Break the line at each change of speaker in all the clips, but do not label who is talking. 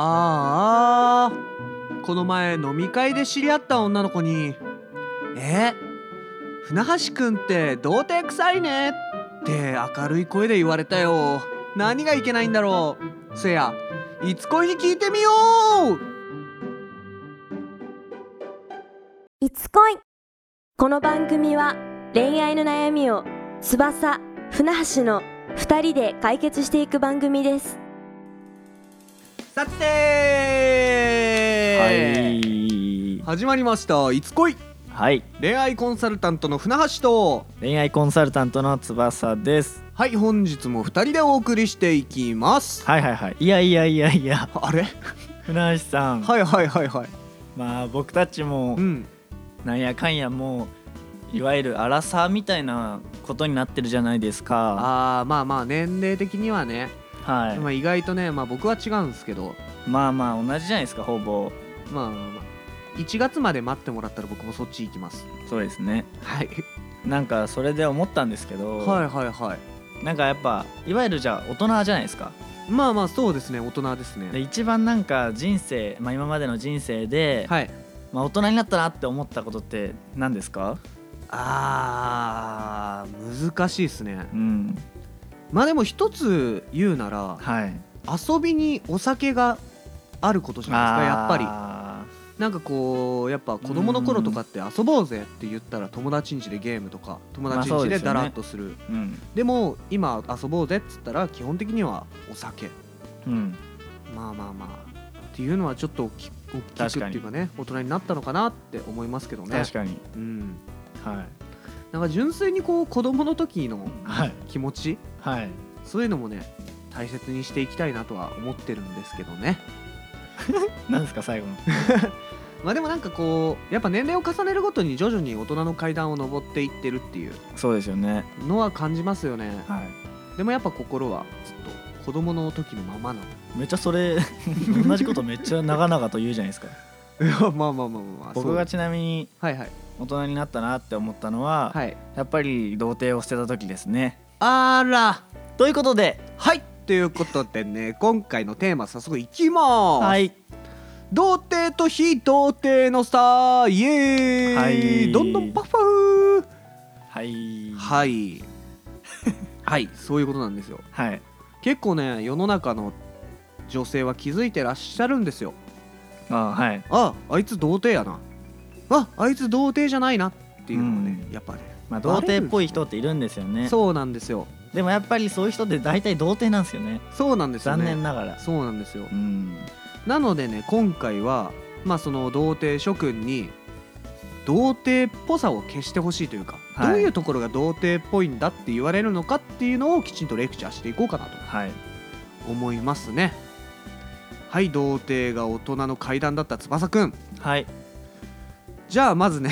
ああこの前飲み会で知り合った女の子に「え船橋くんって童貞臭いね」って明るい声で言われたよ何がいけないんだろうせやいつ恋に聞いてみよう
いつ恋この番組は恋愛の悩みを翼船橋の2人で解決していく番組です
さて
はい、
始まりました「いつ恋
はい、」
恋愛コンサルタントの船橋と
恋愛コンサルタントの翼です
はい本日も2人でお送りしていきます
はいはいはいいやいやいやいや
あれ
船橋さん、
はいはいはいはい
まあ僕たちも
うん
なんやかんやもういわゆるアラサーみたいなことになってるじゃないですか
あーまあまあ年齢的にはね、
は
まあ、意外とね、まあ、僕は違うんですけど
いまあまあ同じじゃないですかほぼ
まあまあまあ1月まで待ってもらったら僕もそっち行きます
そうですね
はい
なんかそれで思ったんですけど、
はいはいはい
なんかやっぱいわゆるじゃあ大人じゃないですか
まあまあそうですね大人です
で
ね
一番なんか人生、まあ、今までの人生で、
はい
まあ、大人になったなって思ったことって何ですか
あー難しいですね
うん
まあでも一つ言うなら
はい
遊びにお酒があることじゃないですかやっぱり
ぱ
なんかこうやっぱ子供の頃とかって遊ぼうぜって言ったら友達ん家でゲームとか友達ん
まあ
家
そう
で
です
だ
よね
らっとする、
りうん
でも今遊ぼうぜっつったら基本的にはお酒
うん
まあまあまあっていうのはちょっと大き大き
確
く
か
っ
に
ていうかね大人になったのかなって思いますけどね
確かに
うん、
はい
なんか純粋にこう子供の時の
はい
気持ち
はい
そういうのもね大切にしていきたいなとは思ってるんですけどね
何ですか最後の
まあでもなんかこうやっぱ年齢を重ねるごとに徐々に大人の階段を上っていってるっていう
そうですよね
のは感じますよね
はい
でもやっぱ心はずっと子供の時のままなの
めっちゃそれ同じことめっちゃ長々と言うじゃないですか
いやまあまあまあまあまあ
僕が
そう
ちなみに
はいはい
大人になったなって思ったのは、
はい
やっぱり童貞を捨てた時ですね
あら
ということで
はいということでね今回のテーマ早速いきます、
はい
童貞と非童貞のさイエーイ、
はい
どんどんパフパフ
はい
はいいはいそういうことなんですよ
はい
結構ね世の中の女性は気づいてらっしゃるんですよ
あはい
ああいつ童貞やなああいつ童貞じゃないなっていうのもね、
うん
やっぱね
まあ童貞っぽい人っているんですよね
そうなんですよ
でもやっぱりそういう人って大体童貞なんですよね
そうなんですよ
残
ね
念ながら
そうなんですよ
うん
なのでね今回はまあその童貞諸君に童貞っぽさを消してほしいというか、
はい
どういうところが童貞っぽいんだって言われるのかっていうのをきちんとレクチャーしていこうかなと
はい
思いますねはい童貞が大人の階段だった翼くん
はい
じゃあまずね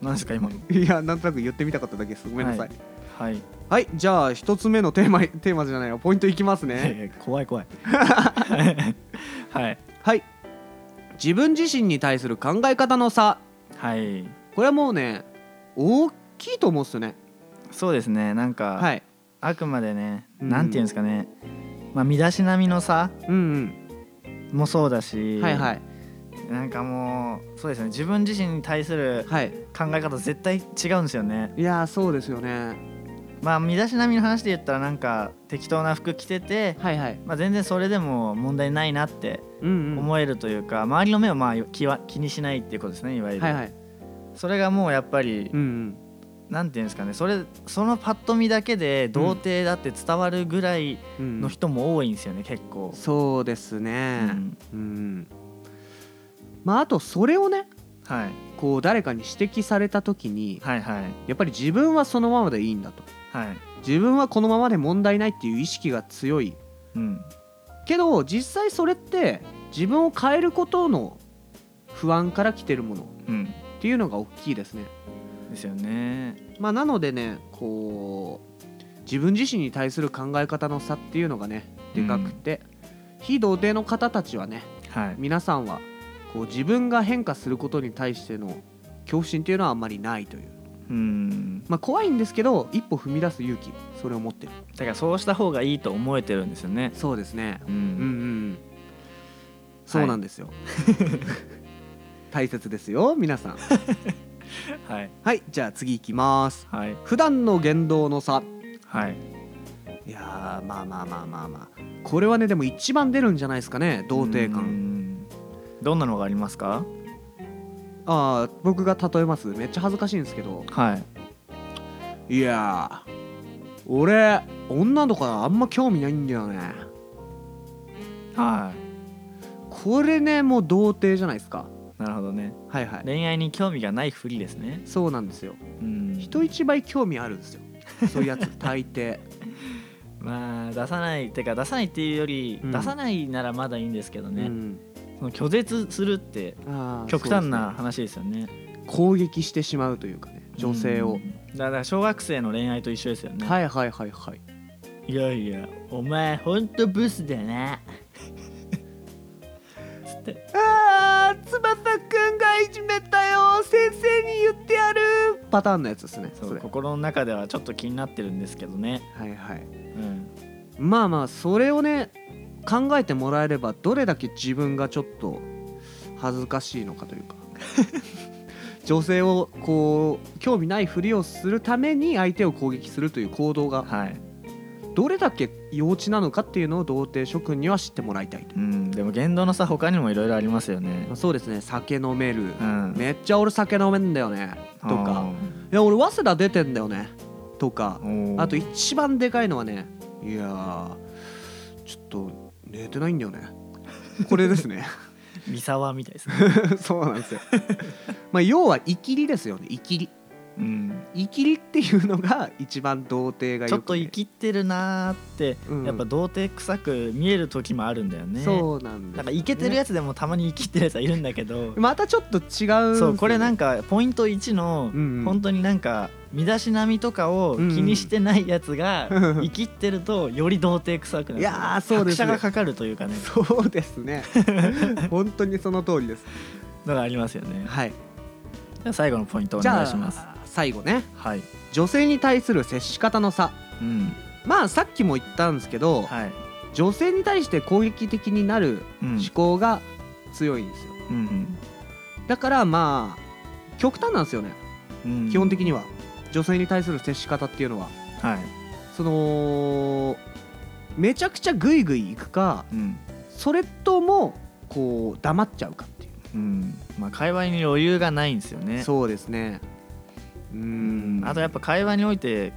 何ですか今の
いやなんとなく言ってみたかっただけですごめんなさいは
はいい、はい
じゃあ一つ目のテーマ テーマじゃないよポイントいきます
いや
ね
いや怖い 怖いはい
はい自分自身に対する考え方の差
はい
これはもうね大きいと思うんですよね
そうですねなんか、
はい
あくまでね
うん
なんていうんですかね、まあ身だしなみの差
うん
もそうだ
う
し、
んはいはい
なんかもうそうですね自分自身に対する
はい
考え方絶対違うんですよね
いやーそうですよね
まあ身だしなみの話で言ったらなんか適当な服着てて、
はいはい
まあ、全然それでも問題ないなって
うんうん
思えるというか、周りの目をまあ気は気にしないっていうことですねいわゆる、
はいはい
それがもうやっぱり
うんうん
なんていうんですかねそれそのパッと見だけで童貞だって伝わるぐらい
うん
の人も多いんですよね、結構、
そうです
う
ね
ん
うん、まああとそれをね
はい、
こう誰かに指摘された時に
はいはい
やっぱり自分はそのままでいいんだと
はい
自分はこのままで問題ないっていう意識が強い
うん
けど実際それって自分を変えることの不安から来てるもの
うん
っていうのが大きいですね
ですよね
まあ、なのでねこう自分自身に対する考え方の差っていうのがねでかくて、非童貞の方たちはね
はい
皆さんはこう自分が変化することに対しての恐怖心っていうのはあんまりないという、
うん
まあ、怖いんですけど一歩踏み出す勇気それを持ってる
だからそうした方がいいと思えてるんですよね
そうですね
う、
うんうんんそうなんですよ、 大切ですよ皆さん
はい
はいじゃあ次いきます
はい
普段の言動の差
はい
いやーまあまあまあまあまあこれはねでも一番出るんじゃないですかね童貞
うー
感
んどんなのがありますか
ああ僕が例えますめっちゃ恥ずかしいんですけど
はい
いやー俺女の子あんま興味ないんだよね
は
これねもう童貞じゃないですか
いなるほどね
はいはい
恋愛に興味がないふりですね
そうなんですよ
うん
人一倍興味あるんですよそういうや つ大抵
まあ出さないてか出さないっていうより、
うん
出さないならまだいいんですけど
う
ね、
ん
その拒絶するって
あー
極端
そう
な話ですよ
で
ね
すね攻撃してしまうというかね女性
う
を
んだから小学生の恋愛と一緒ですよね、
はいはいはいはい
い、やいやお前ほんとブスだなつって
あー翼くんがいじめたよ先生に言ってやるパターンのやつですねそ
そ
うれは
心の中ではちょっと気になってるんですけどね、
いはい
うん、
まあまあそれをね考えてもらえればどれだけ自分がちょっと恥ずかしいのかという か女性をこう興味ないふりをするために相手を攻撃するという行動が
はい、
どれだけ幼稚なのかっていうのを童貞諸君には知ってもらいたいと、
うん、でも言動の差他にもいろいろありますよね
まあ、そうですね酒飲める、
うん
めっちゃ俺酒飲めんだよねとかいや俺早稲田出てんだよねとか
うん
あと一番でかいのはねいやーちょっと寝てないんだよねこれですね
三沢みたいですね、
そうなんですよまあ要はイキリですよねイキリ
うん、
イキリっていうのが一番童貞がよく、ね、
ちょっと生きってるなーって、
うん
やっぱ童貞臭く見える時もあるんだよね
そうなんです
なんかイケてるやつでもたまにイキってるやつはいるんだけど、
またちょっと違うんですよね
そうこれなんかポイント1の、
うんうん
本当になんか身だしなみとかを気にしてないやつが
うんうん
イキってるとより童貞臭くなる
いやーそうですね
拍車がかかるというかね
そうですね 本当にその通りです
のがありますよね
はい
じゃあ最後のポイントお
じゃ
願いします
あ最後ね
はい
女性に対する接し方の差
うん
まあさっきも言ったんですけど、
はい
女性に対して攻撃的になる
うん
思考が強いんですよ、
うん
だからまあ極端なんですよね、
うんうん
基本的には女性に対する接し方っていうのは
はい
そのめちゃくちゃグイグイいくか
うん
それともこう黙っちゃうかっていう、
うんまあ会話に余裕がないんですよね
そうですねうーん
あとやっぱ会話において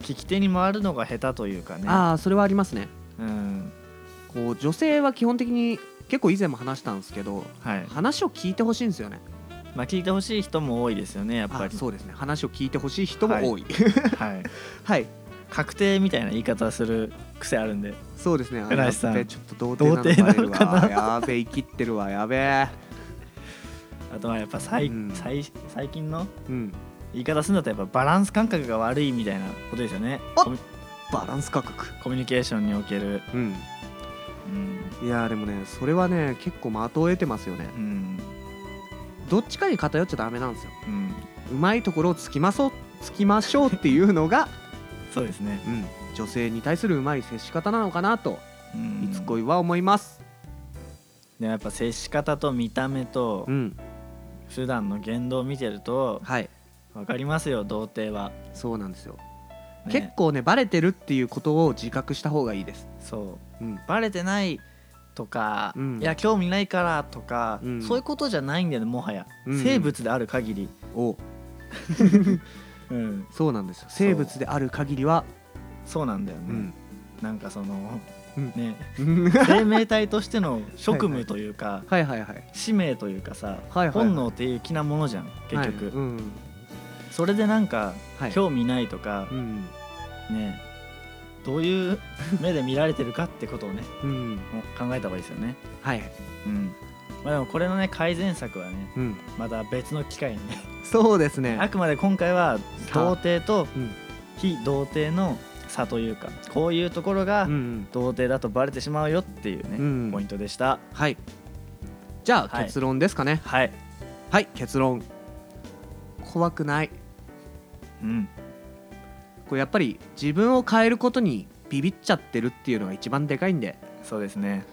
聞き手に回るのが下手というかね
ああそれはありますね
うん
こう女性は基本的に結構以前も話したんですけど
はい
話を聞いてほしいんですよね
まあ聞いてほしい人も多いですよねやっぱ
あ
り
そうですね話を聞いてほしい人も多い
はい
はい
確定みたいな言い方する癖あるんで
そうですね。あ
船橋さん
やべえちょっと童貞なの
童貞な
バ
の
レるわ。やべえ、生きってるわ。やべえ。
あとはやっぱ最,、
うん
最最近の
うん。
言い方するんだったらやっぱバランス感覚が悪いみたいなことですよね
お
コミ
バランス価格。
コミュニケーションにおける
うん。
うん、
いやーでもね、それはね、結構的を得てますよね。
うん
どっちかに偏っちゃダメなんですよ。
うん、
うまいところをつきまそう、つきましょうっていうのが、
そうですね、
うん、女性に対するうまい接し方なのかなと、
うん、
いつ恋は思います。
でもやっぱ接し方と見た目と
うん。
普段の言動を見てると
はい。
分かりますよ童貞は、
そうなんですよ。
ね
結構ね、バレてるっていうことを自覚した方がいいです。
そう
うん。
バレてないとか、
うん
いや興味ないからとか、
うん
そういうことじゃないんだよねもはや、
うん
生物である限り、
お
うん、
そうなんですよ。生物である限りは、
そうなんだよね、
うん。
なんかその、
うん
ね生命体としての職務というか
はいはいはい。
使命というかさ、
はいはいはい
本能的なものじゃん結局、
はいうん
それでなんか、
はい
興味ないとか
う、ん
ねどういう目で見られてるかってことをね
うん
もう考えた方がいいですよね、
はい
うんまあ、でもこれのね改善策はね
うん
また別の機会にね
そうですね
あくまで今回は
さ
童貞と
うん
非童貞の差というかこういうところが
うん
童貞だとバレてしまうよっていうね、
うん
ポイントでした
はいじゃあ
はい
結論ですかね
はい、
はい結論怖くない
うん、
これやっぱり自分を変えることにビビっちゃってるっていうのが一番でかいんで
そうですね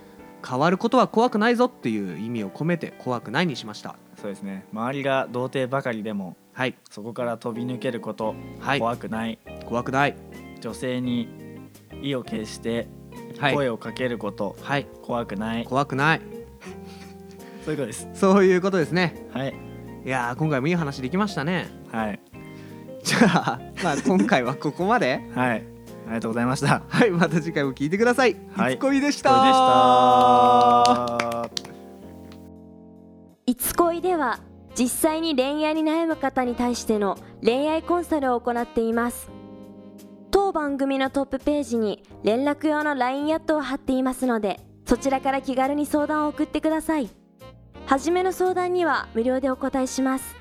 変わることは怖くないぞっていう意味を込めて怖くないにしました
そうですね周りが童貞ばかりでも
はい
そこから飛び抜けること、
はい
怖くない
怖くない
女性に意を決して
はい
声をかけること、
はい
怖くない
怖くない
そういうことです
そういうことですね
はい
いやー今回もいい話できましたね
はい
じゃあまあ今回はここまで
はいありがとうございました
はいまた次回も聞いてください、
はい
いつこいでし
これでした
いつ恋では実際に恋愛に悩む方に対しての恋愛コンサルを行っています当番組のトップページに連絡用の LINE アットを貼っていますのでそちらから気軽に相談を送ってください初めの相談には無料でお答えします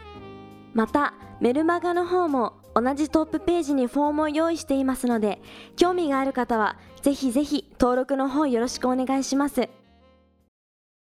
またメルマガの方も同じトップページにフォームを用意していますので興味がある方はぜひぜひ登録の方よろしくお願いします